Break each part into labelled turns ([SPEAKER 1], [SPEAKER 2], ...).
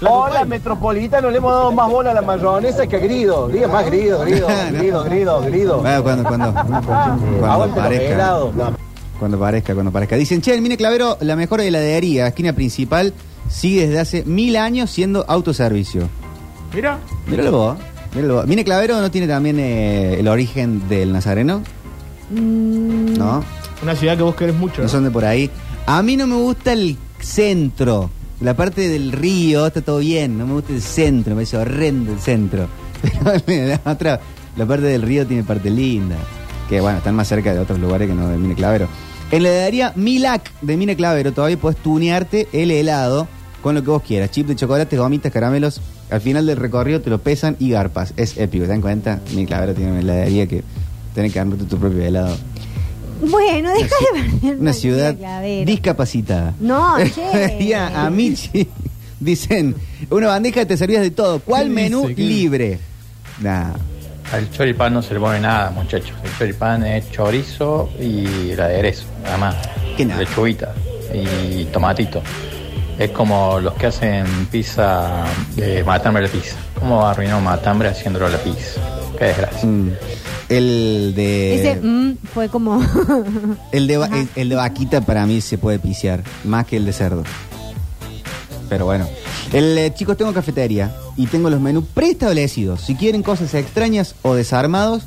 [SPEAKER 1] Hola, Metropolitano, le hemos dado más bola a la mayonesa que a Grido. Diga más Grido, Grido, Grido, Grido, Grido.
[SPEAKER 2] Bueno, cuando, cuando, cuando
[SPEAKER 1] Aguante los
[SPEAKER 2] parezca.
[SPEAKER 1] helados.
[SPEAKER 2] Cuando parezca, cuando parezca. Dicen, che, el Mine Clavero, la mejor heladería, esquina principal, sigue desde hace mil años siendo autoservicio.
[SPEAKER 3] Mira,
[SPEAKER 2] Míralo vos, míralo vos. Mine Clavero no tiene también eh, el origen del nazareno. No,
[SPEAKER 3] una ciudad que vos querés mucho.
[SPEAKER 2] no son de por ahí. A mí no me gusta el centro. La parte del río está todo bien. No me gusta el centro, me parece horrendo el centro. Pero la otra, la parte del río tiene parte linda. Que bueno, están más cerca de otros lugares que no de Mine Clavero. En la heladería Milac de Mine Clavero todavía puedes tunearte el helado con lo que vos quieras. Chip de chocolate, gomitas, caramelos. Al final del recorrido te lo pesan y garpas. Es épico, ¿te dan cuenta? Mine Clavero tiene una heladería que tenés que armarte tu propio helado.
[SPEAKER 4] Bueno, deja de perder.
[SPEAKER 2] Una ciudad
[SPEAKER 4] Clavero.
[SPEAKER 2] discapacitada.
[SPEAKER 4] No, che.
[SPEAKER 2] Heladería Amici. Dicen, una bandeja te servías de todo. ¿Cuál
[SPEAKER 3] ¿Qué
[SPEAKER 2] menú
[SPEAKER 3] dice? ¿Qué?
[SPEAKER 2] libre? Nah.
[SPEAKER 5] Al choripán no se le pone nada, muchachos. El choripán es chorizo y el aderezo, nada más.
[SPEAKER 2] ¿Qué nada?
[SPEAKER 5] Lechuguita y tomatito. Es como los que hacen pizza, eh, matambre a la pizza. ¿Cómo arruinó matambre haciéndolo a la pizza? Qué desgracia.
[SPEAKER 2] Mm. El de.
[SPEAKER 4] Ese mm, fue como.
[SPEAKER 2] El de, va- el, el de vaquita para mí se puede pisear, más que el de cerdo. Pero bueno. El, eh, chicos, tengo cafetería y tengo los menús preestablecidos. Si quieren cosas extrañas o desarmados,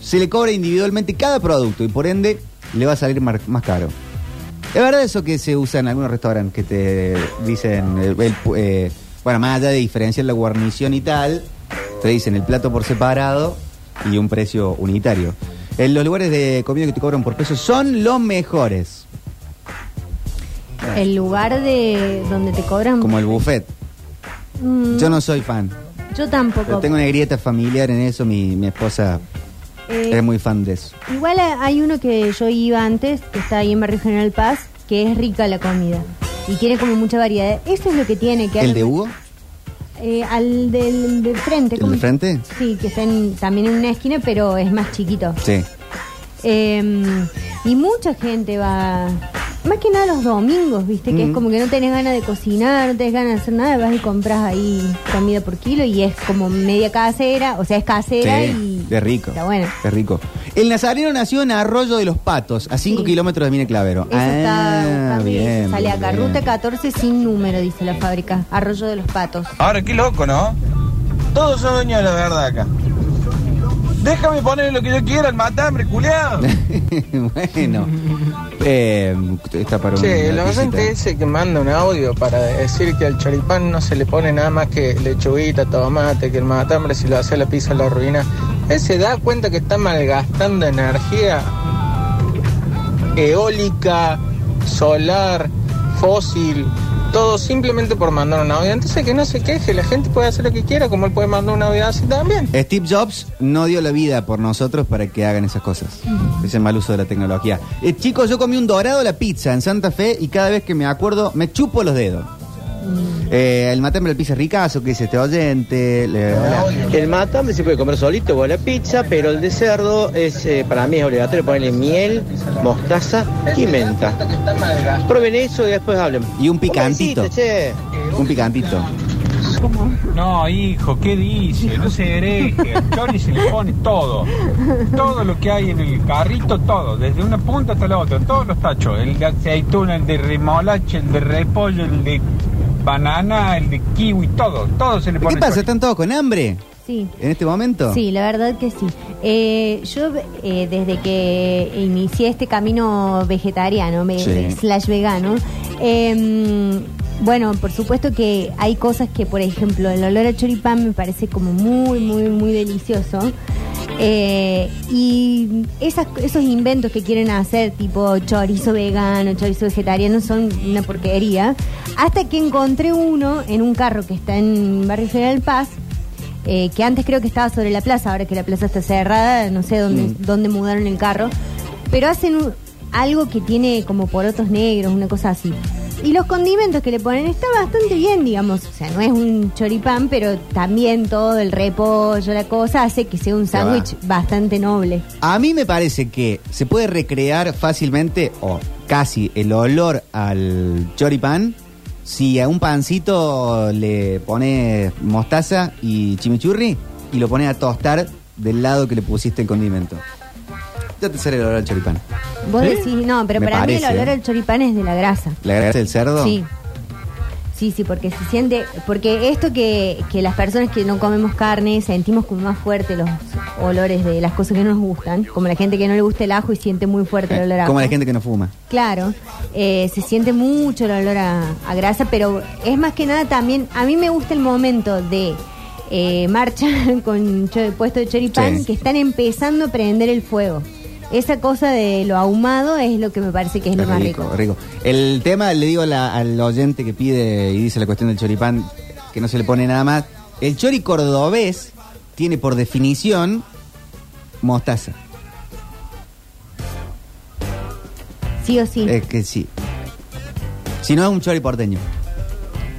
[SPEAKER 2] se le cobra individualmente cada producto y por ende le va a salir mar- más caro. Es verdad eso que se usa en algunos restaurantes que te dicen, el- el pu- eh, bueno, más allá de diferenciar la guarnición y tal, te dicen el plato por separado y un precio unitario. En los lugares de comida que te cobran por peso son los mejores,
[SPEAKER 4] El lugar de donde te cobran.
[SPEAKER 2] como el buffet.
[SPEAKER 4] Mm,
[SPEAKER 2] Yo no soy fan,
[SPEAKER 4] yo tampoco.
[SPEAKER 2] pero tengo una grieta familiar en eso, mi, mi esposa
[SPEAKER 4] Eh,
[SPEAKER 2] es muy fan de eso.
[SPEAKER 4] Igual eh, hay uno que yo iba antes, que está ahí en Barrio General Paz, que es rica la comida. Y tiene como mucha variedad. Eso es lo que tiene. que
[SPEAKER 2] ¿El
[SPEAKER 4] hay-
[SPEAKER 2] de Hugo?
[SPEAKER 4] Eh, al del, del frente.
[SPEAKER 2] ¿El
[SPEAKER 4] ¿cómo?
[SPEAKER 2] de frente?
[SPEAKER 4] Sí, que está en- también en una esquina, pero es más chiquito.
[SPEAKER 2] Sí.
[SPEAKER 4] Eh, y mucha gente va, más que nada los domingos, ¿viste? Que es
[SPEAKER 2] Mm.
[SPEAKER 4] como que no tenés ganas de cocinar, no tenés ganas de hacer nada, vas y compras ahí comida por kilo y es como media casera, o sea, es casera
[SPEAKER 2] Sí,
[SPEAKER 4] y...
[SPEAKER 2] es rico.
[SPEAKER 4] Está bueno.
[SPEAKER 2] Es rico. El nazareno nació en Arroyo de los Patos, a 5
[SPEAKER 4] Sí.
[SPEAKER 2] kilómetros de Mine Clavero.
[SPEAKER 4] Eso está buscando y
[SPEAKER 2] Ah, bien,
[SPEAKER 4] sale acá,
[SPEAKER 2] bien.
[SPEAKER 4] ruta 14 sin número, dice la fábrica, Arroyo de los Patos.
[SPEAKER 6] Ahora, qué loco, ¿no? Todos son dueños de la verdad acá. Déjame poner lo que yo quiera al matambre, culiado.
[SPEAKER 2] bueno, eh, está para un.
[SPEAKER 6] Che, el oyente ese que manda un audio para decir que al choripán no se le pone nada más que lechuguita, tomate, que el matambre si lo hace a la pizza lo arruina. Él se da cuenta que está malgastando energía eólica, solar, fósil, todo simplemente por mandar un audio. Entonces que no se queje, la gente puede hacer lo que quiera, como él puede mandar un audio así también.
[SPEAKER 2] Steve Jobs no dio la vida por nosotros para que hagan esas cosas. Es el mal uso de la tecnología. Eh, chicos, yo comí un dorado a la pizza en Santa Fe y cada vez que me acuerdo me chupo los dedos.
[SPEAKER 4] Mm.
[SPEAKER 2] Eh, el matambre al pizza ricazo, que dice este oyente. le- hola.
[SPEAKER 7] El matambre se puede comer solito o a la pizza, pero el de cerdo es eh, para mí es obligatorio ponerle miel, mostaza y menta. Prueben eso y después hablen.
[SPEAKER 2] Y un picantito.
[SPEAKER 7] Pobrecito, che.
[SPEAKER 2] Un picantito.
[SPEAKER 8] No, hijo, ¿qué dice? No se hereje. Al Chori se le pone todo. Todo lo que hay en el carrito, todo. Desde una punta hasta la otra. Todos los tachos. El de aceituna, el de remolacha, el de repollo, el de banana, el de kiwi, todo. Todo se le pone
[SPEAKER 2] ¿Qué pasa?
[SPEAKER 8] Chori.
[SPEAKER 2] ¿Están todos con hambre
[SPEAKER 4] Sí.
[SPEAKER 2] en este momento?
[SPEAKER 4] Sí, la verdad que sí. Eh, yo eh, desde que inicié este camino vegetariano, me-
[SPEAKER 2] Sí.
[SPEAKER 4] slash vegano, eh, bueno, por supuesto que hay cosas que, por ejemplo, el olor a choripán me parece como muy, muy, muy delicioso. Eh, y esas, esos inventos que quieren hacer, tipo chorizo vegano, chorizo vegetariano, son una porquería. Hasta que encontré uno en un carro que está en Barrio General Paz, eh, que antes creo que estaba sobre la plaza, ahora que la plaza está cerrada, no sé dónde,
[SPEAKER 2] Mm.
[SPEAKER 4] dónde mudaron el carro, pero hacen un- algo que tiene como porotos negros, una cosa así. Y los condimentos que le ponen está bastante bien, digamos. O sea, no es un choripán, pero también todo el repollo, la cosa, hace que sea un
[SPEAKER 2] Ya va.
[SPEAKER 4] sándwich bastante noble.
[SPEAKER 2] A mí me parece que se puede recrear fácilmente o casi el olor al choripán Si a un pancito le pones mostaza y chimichurri y lo pones a tostar del lado que le pusiste el condimento. Ya te sale el olor al choripán.
[SPEAKER 4] Vos
[SPEAKER 3] ¿Sí?
[SPEAKER 4] decís, no, pero
[SPEAKER 2] Me
[SPEAKER 4] para mí
[SPEAKER 2] parece. ¿eh?
[SPEAKER 4] el olor al choripán es de la grasa.
[SPEAKER 2] ¿La grasa del cerdo?
[SPEAKER 4] Sí. Sí, sí, porque se siente. Porque esto que, que las personas que no comemos carne sentimos como más fuerte los olores de las cosas que no nos gustan. Como la gente que no le gusta el ajo y siente muy fuerte el olor a ajo.
[SPEAKER 2] Eh, Como la gente que no fuma.
[SPEAKER 4] Claro, eh, se siente mucho el olor a, a grasa, pero es más que nada también, a mí me gusta el momento de eh, marcha con cho- puesto de choripán,
[SPEAKER 2] Sí.
[SPEAKER 4] que están empezando a prender el fuego. Esa cosa de lo ahumado es lo que me parece que es lo más rico.
[SPEAKER 2] rico. El tema, le digo a la- al oyente que pide y dice la cuestión del choripán, que no se le pone nada más. El chori cordobés tiene por definición mostaza.
[SPEAKER 4] Sí o sí,
[SPEAKER 2] Es que sí. Si no es un chori porteño.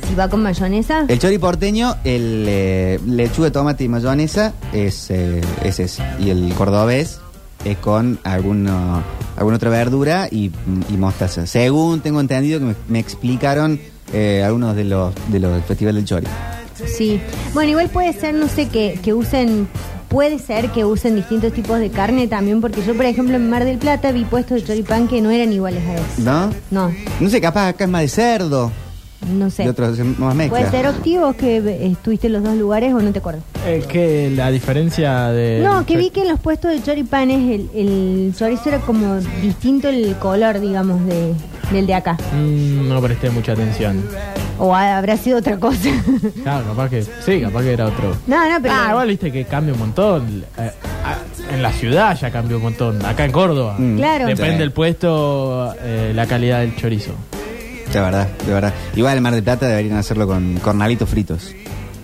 [SPEAKER 4] si va con mayonesa,
[SPEAKER 2] El chori porteño, el eh, lechuga, tomate y mayonesa es, eh, es ese. Y el cordobés es con alguno, alguna otra verdura y, y mostaza. Según tengo entendido que me, me explicaron eh, algunos de los, de los del Festival del Chori.
[SPEAKER 4] sí. Bueno, igual puede ser, no sé, que, que usen... Puede ser que usen distintos tipos de carne también, porque yo, por ejemplo, en Mar del Plata vi puestos de choripán que no eran iguales a esos.
[SPEAKER 2] ¿No?
[SPEAKER 4] No,
[SPEAKER 2] No sé, capaz acá es más de cerdo.
[SPEAKER 4] no sé.
[SPEAKER 2] Y otros es más mezcla.
[SPEAKER 4] ¿Puede ser activo que eh, estuviste en los dos lugares o no te acuerdas?
[SPEAKER 3] Es que Eh, la diferencia de.
[SPEAKER 2] Eh,
[SPEAKER 4] no, que vi que en los puestos de choripanes el, el chorizo era como distinto el color, digamos, de, del de acá.
[SPEAKER 3] Mm, no presté mucha atención.
[SPEAKER 4] O ha- habrá sido otra cosa.
[SPEAKER 3] Claro, capaz que. Sí, capaz que era otro.
[SPEAKER 4] no, no, pero...
[SPEAKER 3] Ah, igual viste que cambia un montón. Eh, ah, en la ciudad ya cambió un montón. Acá en Córdoba.
[SPEAKER 2] Mm.
[SPEAKER 4] Claro.
[SPEAKER 3] Depende
[SPEAKER 2] Sí.
[SPEAKER 3] del puesto, eh, la calidad del chorizo.
[SPEAKER 2] De verdad, de verdad. Igual el Mar de Plata deberían hacerlo con cornalitos fritos.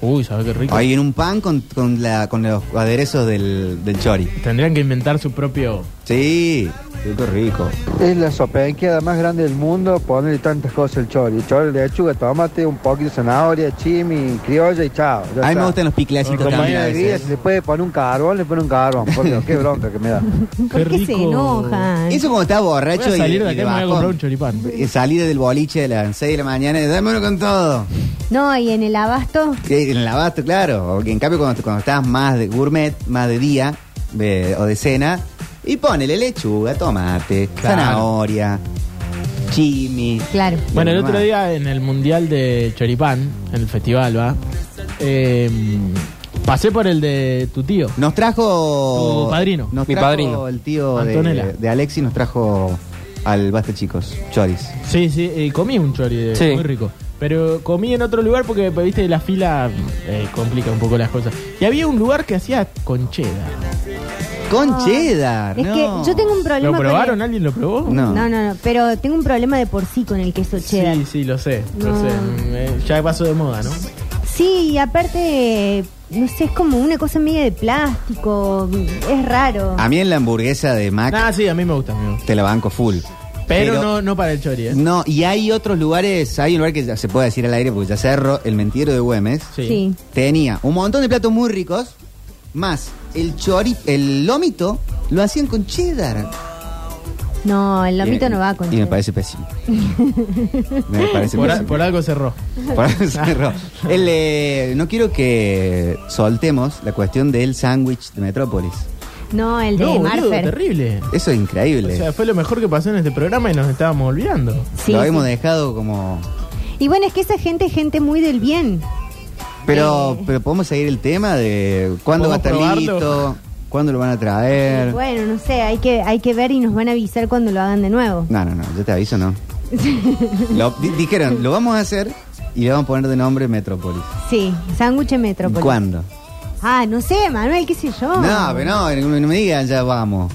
[SPEAKER 3] Uy, ¿sabes qué rico?
[SPEAKER 2] Ahí en un pan con, con, la, con los aderezos del, del chori.
[SPEAKER 3] Tendrían que inventar su propio.
[SPEAKER 2] Sí, rico, rico.
[SPEAKER 9] Es la sopenqueada más grande del mundo ponerle tantas cosas el chori. Chori, lechuga, tomate, un poquito de zanahoria, chimi, criolla y chao. ya
[SPEAKER 2] A mí me
[SPEAKER 9] está.
[SPEAKER 2] gustan los piclecitos
[SPEAKER 9] Con
[SPEAKER 2] también.
[SPEAKER 9] mañana
[SPEAKER 2] a
[SPEAKER 9] de
[SPEAKER 2] veces.
[SPEAKER 9] guía, si le puede poner un carbón, le pone un carbón. Por Dios, qué bronca que me da.
[SPEAKER 3] Qué
[SPEAKER 4] ¿Por qué se
[SPEAKER 3] rico.
[SPEAKER 4] enojan?
[SPEAKER 2] Eso como está borracho
[SPEAKER 3] Voy a
[SPEAKER 2] y-
[SPEAKER 3] salir de
[SPEAKER 2] y
[SPEAKER 3] acá y me voy a
[SPEAKER 2] bajón.
[SPEAKER 3] comprar un choripán.
[SPEAKER 2] Eh, Salir del boliche de las 6 de la mañana y dámelo con todo.
[SPEAKER 4] No, y en el abasto...
[SPEAKER 2] Que En el abasto, claro. Porque en cambio, cuando, cuando estás más de gourmet, más de día de- o de cena, y ponele lechuga, tomate,
[SPEAKER 3] Claro.
[SPEAKER 2] zanahoria, chimi.
[SPEAKER 4] Claro.
[SPEAKER 3] Bueno, el
[SPEAKER 2] Bueno,
[SPEAKER 3] otro
[SPEAKER 2] más.
[SPEAKER 3] día en el Mundial de Choripán, en el festival, ¿va? Eh, pasé por el de tu tío.
[SPEAKER 2] Nos trajo.
[SPEAKER 3] Tu padrino.
[SPEAKER 2] Nos
[SPEAKER 10] Mi
[SPEAKER 2] trajo
[SPEAKER 10] padrino.
[SPEAKER 2] El tío
[SPEAKER 3] Antonella.
[SPEAKER 2] de, de Alexi nos trajo al Basta Chicos, Choris.
[SPEAKER 4] Ah,
[SPEAKER 3] Sí, sí, eh, comí un chori, de-
[SPEAKER 10] Sí.
[SPEAKER 3] muy rico. Pero comí en otro lugar porque, pues, viste, la fila eh, complica un poco las cosas. Y había un lugar que hacía con cheddar.
[SPEAKER 2] Con cheddar.
[SPEAKER 4] Ah. Es
[SPEAKER 2] no.
[SPEAKER 4] que yo tengo un problema
[SPEAKER 3] ¿Lo
[SPEAKER 4] con
[SPEAKER 3] probaron?
[SPEAKER 4] el-
[SPEAKER 3] ¿Alguien lo probó?
[SPEAKER 2] No.
[SPEAKER 4] No, no, no, pero tengo un problema de por sí con el queso cheddar.
[SPEAKER 3] Sí, sí, lo sé, lo
[SPEAKER 4] No.
[SPEAKER 3] sé. Mm, eh, Ya pasó de moda, ¿no?
[SPEAKER 4] Sí, y aparte, no sé, es como una cosa media de plástico, es raro.
[SPEAKER 2] A mí en la hamburguesa de Mac
[SPEAKER 3] Ah, sí, a mí me gusta, amigo.
[SPEAKER 2] te la banco full.
[SPEAKER 3] Pero, no, no para el chori, ¿eh?
[SPEAKER 2] No, y hay otros lugares, hay un lugar que ya se puede decir al aire porque ya cerró, el mentiro de Güemes.
[SPEAKER 4] Sí.
[SPEAKER 2] Tenía un montón de platos muy ricos, más el chori, el lomito, lo hacían con cheddar.
[SPEAKER 4] No, el lomito
[SPEAKER 2] Y-
[SPEAKER 4] no va con
[SPEAKER 2] Eh, Y me
[SPEAKER 4] cheddar.
[SPEAKER 2] parece pésimo. me parece
[SPEAKER 3] Por, a-
[SPEAKER 2] pésimo.
[SPEAKER 3] por algo cerró.
[SPEAKER 2] Por algo cerró. El, eh, no quiero que soltemos la cuestión del sándwich de Metrópolis.
[SPEAKER 4] No, el de
[SPEAKER 3] no, boludo,
[SPEAKER 4] Marfer.
[SPEAKER 3] terrible.
[SPEAKER 2] Eso es
[SPEAKER 3] O
[SPEAKER 2] increíble.
[SPEAKER 3] sea, fue lo mejor que pasó en este programa y nos estábamos olvidando.
[SPEAKER 4] Sí,
[SPEAKER 2] lo
[SPEAKER 4] sí.
[SPEAKER 2] habíamos dejado como...
[SPEAKER 4] Y bueno, es que esa gente es gente muy del bien.
[SPEAKER 2] Pero,
[SPEAKER 4] Eh.
[SPEAKER 2] pero podemos seguir el tema de cuándo va a estar
[SPEAKER 3] ¿Podemos probarlo?
[SPEAKER 2] listo, cuándo lo van a traer.
[SPEAKER 4] Bueno, no sé, hay que, hay que ver y nos van a avisar cuando lo hagan de nuevo.
[SPEAKER 2] No, no, no, yo te aviso, no. Lo- di- dijeron, lo vamos a hacer y le vamos a poner de nombre Metrópolis.
[SPEAKER 4] Sí, sándwich en Metrópolis.
[SPEAKER 2] ¿Cuándo?
[SPEAKER 4] Ah, no sé, Manuel, qué sé yo.
[SPEAKER 2] No, pero no, no, no me digan, ya vamos.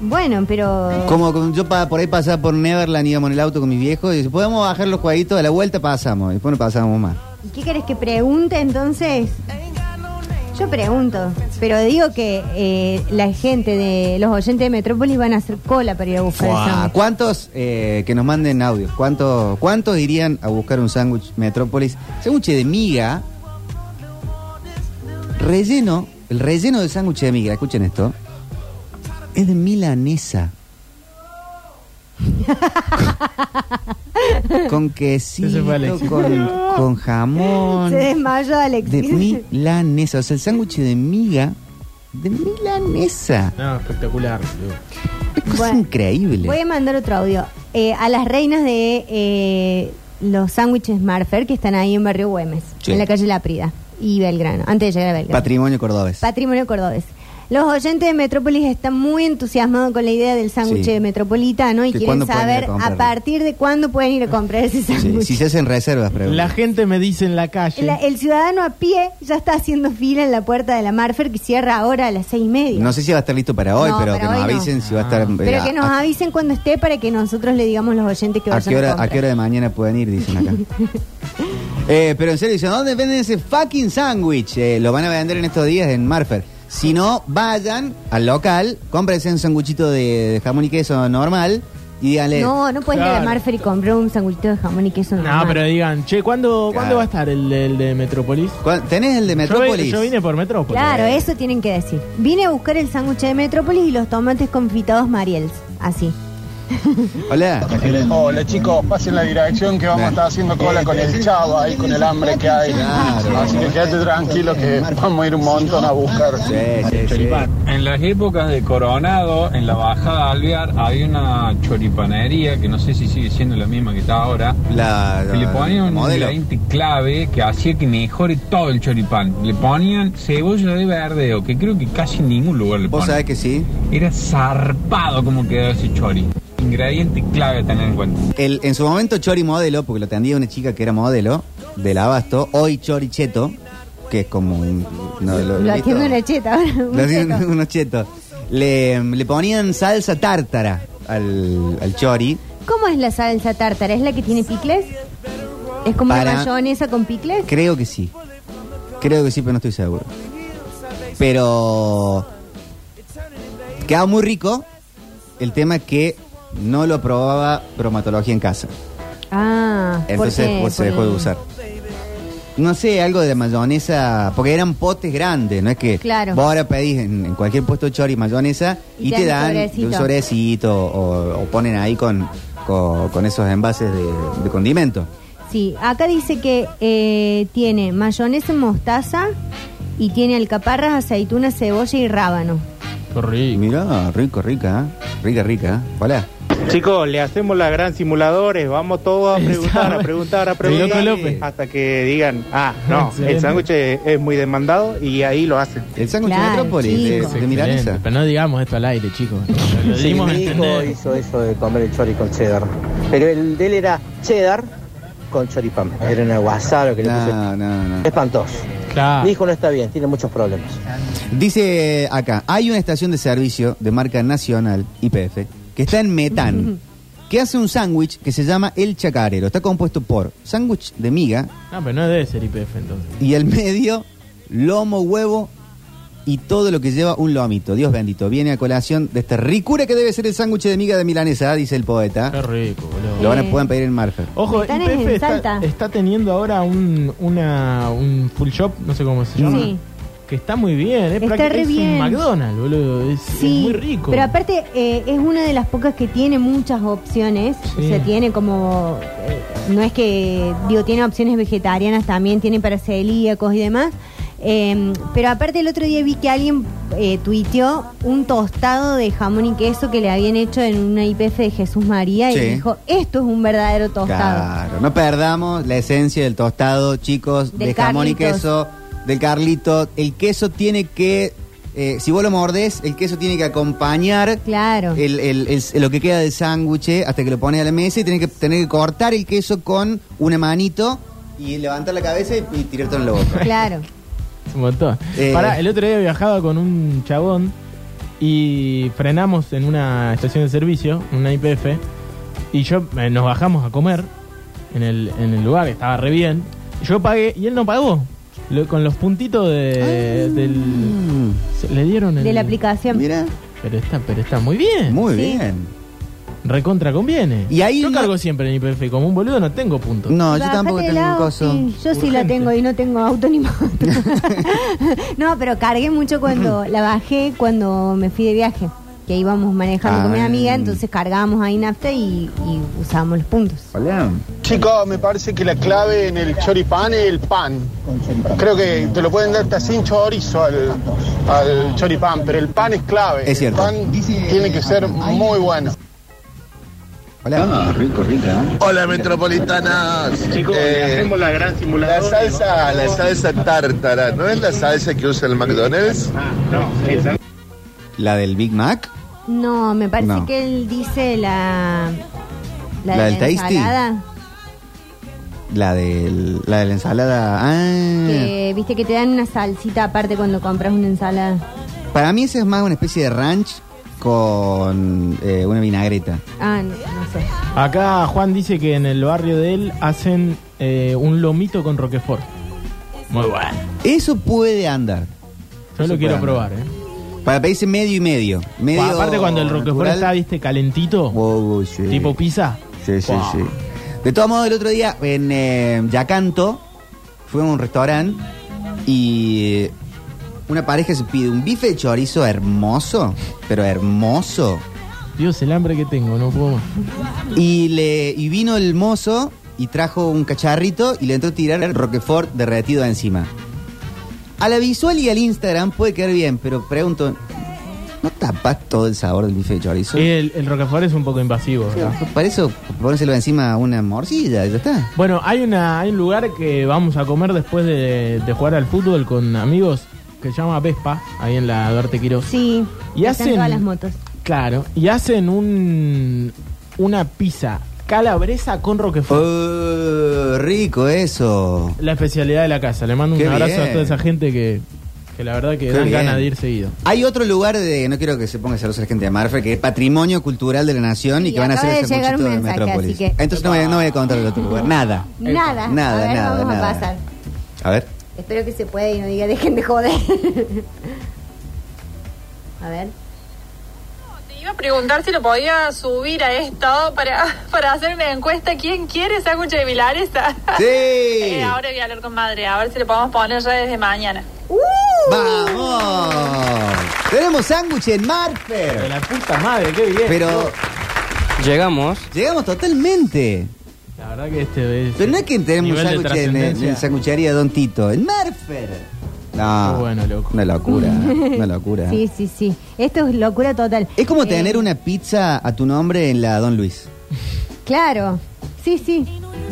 [SPEAKER 4] Bueno, pero...
[SPEAKER 2] Como como yo pa- por ahí pasaba por Neverland, íbamos en el auto con mis viejos y dice, podemos bajar los jueguitos, a la vuelta pasamos, y después no pasamos más.
[SPEAKER 4] ¿Y qué querés que pregunte entonces? Yo pregunto, pero digo que eh, la gente de los oyentes de Metrópolis van a hacer cola para ir a buscar el
[SPEAKER 2] Fuá,
[SPEAKER 4] sándwich.
[SPEAKER 2] ¿Cuántos eh, que nos manden audios? ¿Cuántos, ¿Cuántos irían a buscar un sándwich Metrópolis? Sándwich de miga, relleno, el relleno del sándwich de miga, escuchen esto, es de milanesa. con
[SPEAKER 3] Ese
[SPEAKER 2] quesito,
[SPEAKER 3] fue Alexis.
[SPEAKER 2] con, con jamón,
[SPEAKER 4] Se desmayó Alexis.
[SPEAKER 2] de milanesa. O sea, el sándwich de miga de milanesa.
[SPEAKER 3] No, espectacular. boludo.
[SPEAKER 2] Una cosa
[SPEAKER 4] Bueno,
[SPEAKER 2] increíble.
[SPEAKER 4] Voy a mandar otro audio. Eh, a las reinas de eh, los sándwiches Marfer que están ahí en Barrio Güemes,
[SPEAKER 2] Sí.
[SPEAKER 4] en la calle La Prida y Belgrano, antes de llegar a Belgrano.
[SPEAKER 2] Patrimonio cordobés.
[SPEAKER 4] Patrimonio Cordobés. Los oyentes de Metrópolis están muy entusiasmados con la idea del sándwich
[SPEAKER 2] Sí.
[SPEAKER 4] de metropolitano y
[SPEAKER 2] Que
[SPEAKER 4] quieren
[SPEAKER 2] cuándo pueden ir a
[SPEAKER 4] saber a
[SPEAKER 2] comprarlo.
[SPEAKER 4] partir de cuándo pueden ir a comprar ese
[SPEAKER 2] Sí,
[SPEAKER 4] sándwich.
[SPEAKER 2] si se hacen reservas, pero.
[SPEAKER 3] La gente me dice en la calle.
[SPEAKER 4] La- el ciudadano a pie ya está haciendo fila en la puerta de la Marfer que cierra ahora a las seis y media.
[SPEAKER 2] No sé si va a estar listo para hoy,
[SPEAKER 4] No,
[SPEAKER 2] pero
[SPEAKER 4] para
[SPEAKER 2] que nos
[SPEAKER 4] hoy no. Ah.
[SPEAKER 2] avisen si va a estar. eh,
[SPEAKER 4] Pero que nos
[SPEAKER 2] a,
[SPEAKER 4] avisen cuando esté para que nosotros le digamos a los oyentes que
[SPEAKER 2] a
[SPEAKER 4] vayan
[SPEAKER 2] qué hora,
[SPEAKER 4] a
[SPEAKER 2] ¿A qué hora de mañana pueden ir? Dicen acá. Eh, pero en serio, dicen, ¿dónde venden ese fucking sándwich? Eh, lo van a vender en estos días en Marfer. Si no, vayan al local, cómprense un sándwichito de jamón y queso normal y díganle.
[SPEAKER 4] No, no puedes ir a la
[SPEAKER 3] Claro.
[SPEAKER 4] Marfer y comprar un sanguchito de jamón y queso
[SPEAKER 3] No,
[SPEAKER 4] normal.
[SPEAKER 3] pero digan, che, ¿cuándo,
[SPEAKER 2] Claro.
[SPEAKER 3] ¿cuándo va a estar el, el de Metrópolis?
[SPEAKER 2] ¿cuál- ¿Tenés el de
[SPEAKER 3] Yo,
[SPEAKER 2] Metrópolis?
[SPEAKER 3] vi- yo vine por Metrópolis.
[SPEAKER 4] Claro, eh. eso tienen que decir. Vine a buscar el sándwich de Metrópolis y los tomates confitados Mariels. Así.
[SPEAKER 2] Hola.
[SPEAKER 6] Hola chicos, pasen la dirección que vamos a estar haciendo cola con el chavo ahí, con el hambre que hay.
[SPEAKER 2] Claro.
[SPEAKER 6] Así que quédate tranquilo que vamos a ir un montón a buscar.
[SPEAKER 2] Sí,
[SPEAKER 3] Eh,
[SPEAKER 2] sí, sí.
[SPEAKER 8] En las épocas de Coronado, en la bajada de Alvear, había una choripanería que no sé si sigue siendo la misma que está ahora.
[SPEAKER 2] La,
[SPEAKER 8] que le
[SPEAKER 2] la-
[SPEAKER 8] ponían un
[SPEAKER 2] modelo.
[SPEAKER 8] ingrediente clave que hacía que mejore todo el choripán. Le ponían cebolla de verdeo, que creo que casi en ningún lugar le
[SPEAKER 2] Vos
[SPEAKER 8] ponen.
[SPEAKER 2] sabés que sí.
[SPEAKER 8] Era zarpado como quedó ese chori. Ingrediente clave a tener en cuenta.
[SPEAKER 2] El- en su momento Chori Modelo, porque lo atendía una chica que era modelo del Abasto, hoy Chori Cheto, que es como un... no,
[SPEAKER 4] Lo atiendo una cheta ahora. un
[SPEAKER 2] Lo atiende
[SPEAKER 4] cheto.
[SPEAKER 2] un- unos chetos. Le, le ponían salsa tártara al, al Chori.
[SPEAKER 4] ¿Cómo es la salsa tártara? ¿Es la que tiene picles? ¿Es como
[SPEAKER 2] Para-
[SPEAKER 4] una mayonesa con picles?
[SPEAKER 2] Creo que sí. Creo que sí, pero no estoy seguro. Pero... Quedaba muy rico. El tema es que no lo probaba bromatología en casa.
[SPEAKER 4] Ah, ¿por
[SPEAKER 2] Entonces
[SPEAKER 4] qué?
[SPEAKER 2] pues, se
[SPEAKER 4] Por
[SPEAKER 2] dejó de
[SPEAKER 4] el-
[SPEAKER 2] usar. No sé, algo de la mayonesa, porque eran potes grandes, no es que
[SPEAKER 4] Claro.
[SPEAKER 2] vos ahora pedís en, en cualquier puesto de chori mayonesa
[SPEAKER 4] Y
[SPEAKER 2] y,
[SPEAKER 4] te
[SPEAKER 2] te dan
[SPEAKER 4] dan un sobrecito.
[SPEAKER 2] un sobrecito o, o ponen ahí con, con, con esos envases de, de condimento.
[SPEAKER 4] Sí, acá dice que eh, tiene mayonesa mostaza y tiene alcaparras, aceituna, cebolla y rábano.
[SPEAKER 3] Qué
[SPEAKER 2] Y
[SPEAKER 3] rico.
[SPEAKER 2] mira, rico, rica, ¿eh? rica, rica. ¿eh? Hola.
[SPEAKER 7] Chicos, le hacemos la gran simuladores, vamos todos a preguntar, a preguntar, a
[SPEAKER 3] El loco
[SPEAKER 7] preguntar,
[SPEAKER 3] López.
[SPEAKER 7] hasta que digan, ah, no,
[SPEAKER 3] Excelente.
[SPEAKER 7] el sándwich es es muy demandado y ahí lo hacen.
[SPEAKER 2] El sándwich
[SPEAKER 4] Claro,
[SPEAKER 2] de Metrópolis, de,
[SPEAKER 4] chico.
[SPEAKER 2] de
[SPEAKER 3] Excelente,
[SPEAKER 2] milanesa.
[SPEAKER 3] Pero no digamos esto al aire, chicos. Lo
[SPEAKER 7] Sí,
[SPEAKER 3] dimos a
[SPEAKER 7] mi hijo
[SPEAKER 3] entender.
[SPEAKER 7] hizo eso de comer el chori con cheddar. Pero el de él era cheddar con choripán. Era una guasada lo que le puso.
[SPEAKER 2] No, no, no.
[SPEAKER 7] Espantoso.
[SPEAKER 2] Ah.
[SPEAKER 3] Claro.
[SPEAKER 7] Mi hijo no está bien, tiene muchos problemas.
[SPEAKER 2] Dice acá, hay una estación de servicio de marca nacional, IPF, que está en Metán, que hace un sándwich que se llama El Chacarero. Está compuesto por sándwich de miga
[SPEAKER 3] No, pero no debe ser IPF entonces.
[SPEAKER 2] y al medio lomo, huevo y todo lo que lleva un lomito. Dios bendito, viene a colación de esta ricura que debe ser el sándwich de miga de milanesa, dice el
[SPEAKER 3] Qué
[SPEAKER 7] Ah.
[SPEAKER 2] poeta.
[SPEAKER 3] rico, boludo.
[SPEAKER 2] Lo van
[SPEAKER 4] Eh.
[SPEAKER 2] a pueden pedir en Marfer.
[SPEAKER 3] Ojo,
[SPEAKER 4] Están en
[SPEAKER 3] IPF está,
[SPEAKER 4] Salta.
[SPEAKER 3] está teniendo ahora un, una, un full shop, no sé cómo se llama.
[SPEAKER 4] Sí.
[SPEAKER 3] Que está muy bien, es,
[SPEAKER 4] Está
[SPEAKER 3] prácticamente-
[SPEAKER 4] re
[SPEAKER 3] es
[SPEAKER 4] bien.
[SPEAKER 3] un McDonald's, boludo. Es, es
[SPEAKER 4] Sí,
[SPEAKER 3] muy rico.
[SPEAKER 4] Pero aparte eh, es una de las pocas que tiene muchas opciones.
[SPEAKER 3] Sí.
[SPEAKER 4] O sea, tiene como... eh, no es que... Digo, tiene opciones vegetarianas también, tiene para celíacos y demás. Eh, pero aparte el otro día vi que alguien eh, tuiteó un tostado de jamón y queso que le habían hecho en una IPF de Jesús María
[SPEAKER 2] Sí.
[SPEAKER 4] y dijo, esto es un verdadero tostado.
[SPEAKER 2] Claro, no perdamos la esencia del tostado, chicos,
[SPEAKER 4] Del
[SPEAKER 2] de jamón y
[SPEAKER 4] Carlitos.
[SPEAKER 2] queso, del Carlito. El queso tiene que, eh, si vos lo mordés, el queso tiene que acompañar
[SPEAKER 4] Claro.
[SPEAKER 3] Eh,
[SPEAKER 2] el- el- el- lo que queda del sándwich hasta que lo pones a la mesa y tenés que, tener que cortar el queso con una manito y levantar la cabeza y, y tirarte en la boca.
[SPEAKER 4] Claro.
[SPEAKER 3] Es un montón.
[SPEAKER 2] Eh.
[SPEAKER 3] Pará, el otro día viajaba con un chabón y frenamos en una estación de servicio, en una IPF, y yo eh, nos bajamos a comer en el, en el lugar, que estaba re bien. Yo pagué y él no pagó. Lo- con los puntitos de, del.
[SPEAKER 2] Mm,
[SPEAKER 3] se- le dieron el.
[SPEAKER 4] Ah. De la aplicación.
[SPEAKER 2] Mira,
[SPEAKER 3] Pero está, pero está muy bien.
[SPEAKER 2] muy
[SPEAKER 4] Sí.
[SPEAKER 2] bien.
[SPEAKER 3] Recontra conviene.
[SPEAKER 2] Y ahí
[SPEAKER 3] yo
[SPEAKER 2] no-
[SPEAKER 3] cargo siempre en IPF. Como un boludo no tengo puntos.
[SPEAKER 2] No, yo
[SPEAKER 4] Bájate
[SPEAKER 2] tampoco
[SPEAKER 4] del
[SPEAKER 2] tengo un
[SPEAKER 4] auto,
[SPEAKER 2] coso.
[SPEAKER 4] sí. yo sí la
[SPEAKER 3] Urgente.
[SPEAKER 4] tengo y no tengo auto ni moto. no, pero cargué mucho cuando la bajé cuando me fui de viaje. que íbamos manejando con mi
[SPEAKER 2] Ah.
[SPEAKER 4] amiga, entonces cargábamos ahí nafta y, y usábamos los puntos.
[SPEAKER 2] Hola.
[SPEAKER 10] Chicos, me parece que la clave en el choripán es el pan. Creo que te lo pueden dar hasta sin chorizo al, al choripán, pero el pan es clave.
[SPEAKER 2] Es cierto.
[SPEAKER 10] El pan tiene que ser muy bueno.
[SPEAKER 2] Hola.
[SPEAKER 10] Hola, metropolitanas. Chicos, hacemos la gran simulación. La salsa, la salsa tártara, ¿no es la salsa que usa el McDonald's?
[SPEAKER 2] La del Big Mac.
[SPEAKER 4] No, me parece
[SPEAKER 2] No.
[SPEAKER 4] que él dice la.
[SPEAKER 2] ¿La
[SPEAKER 4] de
[SPEAKER 2] del tasty?
[SPEAKER 4] ensalada,
[SPEAKER 2] La del, la de la ensalada. Ah.
[SPEAKER 4] Que viste que te dan una salsita aparte cuando compras una ensalada.
[SPEAKER 2] Para mí esa es más una especie de ranch con eh, una vinagreta.
[SPEAKER 4] Ah, no, no sé.
[SPEAKER 3] Acá Juan dice que en el barrio de él hacen eh, un lomito con roquefort. Muy bueno.
[SPEAKER 2] Eso puede andar.
[SPEAKER 3] Yo
[SPEAKER 2] Eso
[SPEAKER 3] lo quiero
[SPEAKER 2] puede
[SPEAKER 3] probar, ¿eh?
[SPEAKER 2] Para pedirse medio y medio. medio
[SPEAKER 3] Aparte cuando el roquefort
[SPEAKER 2] natural.
[SPEAKER 3] está, viste, calentito,
[SPEAKER 2] Wow, sí.
[SPEAKER 3] tipo pizza.
[SPEAKER 2] Sí, sí,
[SPEAKER 3] Wow.
[SPEAKER 2] sí. De todos modos, el otro día en eh, Yacanto fue a un restaurante y eh, una pareja se pide un bife de chorizo hermoso, pero hermoso.
[SPEAKER 3] Dios, el hambre que tengo, no puedo más.
[SPEAKER 2] Y, le, y vino el mozo y trajo un cacharrito y le entró a tirar el Roquefort derretido encima. A la visual y al Instagram puede quedar bien, pero pregunto, ¿no tapas todo el sabor del bife de chorizo?
[SPEAKER 3] El, el roquefort es un poco invasivo, ¿verdad?
[SPEAKER 2] Para eso, pónselo encima a una morcilla, ya está.
[SPEAKER 3] Bueno, hay, una, hay un lugar que vamos a comer después de, de jugar al fútbol con amigos que se llama Vespa, ahí en la Duarte Quiroz.
[SPEAKER 4] Sí.
[SPEAKER 3] Y
[SPEAKER 4] están
[SPEAKER 3] hacen-
[SPEAKER 4] todas las motos.
[SPEAKER 3] Claro, y hacen un una pizza calabresa con roquefort.
[SPEAKER 2] Oh, rico eso.
[SPEAKER 3] La especialidad de la casa. Le mando un
[SPEAKER 2] Qué
[SPEAKER 3] abrazo
[SPEAKER 2] bien.
[SPEAKER 3] a toda esa gente que, que la verdad que
[SPEAKER 2] Qué
[SPEAKER 3] dan
[SPEAKER 2] bien.
[SPEAKER 3] ganas de ir seguido.
[SPEAKER 2] Hay otro lugar de, no quiero que se ponga celosa la gente de Marfa, que es patrimonio cultural de la nación y
[SPEAKER 4] Sí,
[SPEAKER 2] que van a
[SPEAKER 4] acaba
[SPEAKER 2] hacer el
[SPEAKER 4] de llegar un
[SPEAKER 2] sanguchito de
[SPEAKER 4] mensaje,
[SPEAKER 2] Metrópolis.
[SPEAKER 4] así que-
[SPEAKER 2] Entonces no voy, a- no voy a contar el otro lugar, nada. Nada,
[SPEAKER 4] Nada, a ver,
[SPEAKER 2] nada,
[SPEAKER 4] vamos
[SPEAKER 2] nada.
[SPEAKER 4] a pasar.
[SPEAKER 2] A ver.
[SPEAKER 4] Espero que se pueda y no diga dejen de joder. a ver.
[SPEAKER 11] Te iba a preguntar si lo podía subir a esto para, para hacer una encuesta. ¿Quién quiere sándwich de milanesa?
[SPEAKER 2] ¡Sí!
[SPEAKER 11] Eh, ahora voy a hablar con madre, a ver si lo podemos poner ya desde mañana.
[SPEAKER 2] ¡Vamos! Tenemos sándwich en
[SPEAKER 3] De
[SPEAKER 2] Marfer.
[SPEAKER 3] la puta madre, qué bien.
[SPEAKER 2] Pero
[SPEAKER 7] Llegamos.
[SPEAKER 2] llegamos totalmente.
[SPEAKER 3] la verdad que este es
[SPEAKER 2] Pero no es que tenemos
[SPEAKER 3] nivel de
[SPEAKER 2] sándwich en, en,
[SPEAKER 3] trascendencia.
[SPEAKER 2] sanguchería Don Tito, en Marfer. No,
[SPEAKER 3] Qué bueno, loco.
[SPEAKER 2] una locura, una locura.
[SPEAKER 4] Sí, sí, sí. Esto es locura total.
[SPEAKER 2] Es como
[SPEAKER 4] Eh,
[SPEAKER 2] tener una pizza a tu nombre en la Don Luis.
[SPEAKER 4] Claro. Sí, sí.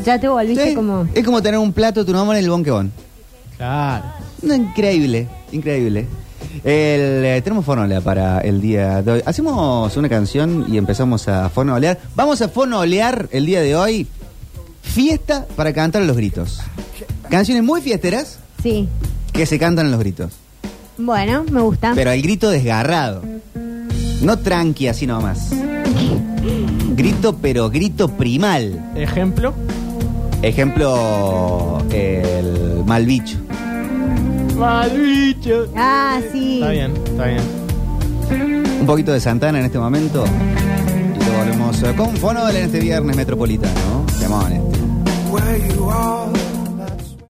[SPEAKER 4] Ya te volviste
[SPEAKER 2] Sí,
[SPEAKER 4] como.
[SPEAKER 2] Es como tener un plato a tu nombre en el Bonquebón.
[SPEAKER 3] Claro.
[SPEAKER 2] No, Increíble, increíble. El, eh, tenemos fonola para el día de hoy. Hacemos una canción y empezamos a fonolear. Vamos a fonolear el día de hoy. Fiesta para cantar a los gritos. Canciones muy fiesteras
[SPEAKER 4] Sí.
[SPEAKER 2] que se cantan a los gritos.
[SPEAKER 4] Bueno, me gusta.
[SPEAKER 2] Pero el grito desgarrado. No tranqui así nomás. Grito, pero grito primal.
[SPEAKER 3] Ejemplo,
[SPEAKER 2] Ejemplo, el mal bicho.
[SPEAKER 3] mal bicho.
[SPEAKER 4] Ah, sí.
[SPEAKER 3] Está bien, está bien.
[SPEAKER 2] Un poquito de Santana en este momento. Y lo volvemos eh, con Fonol en este viernes metropolitano. Llamón este.
[SPEAKER 12] Where you are,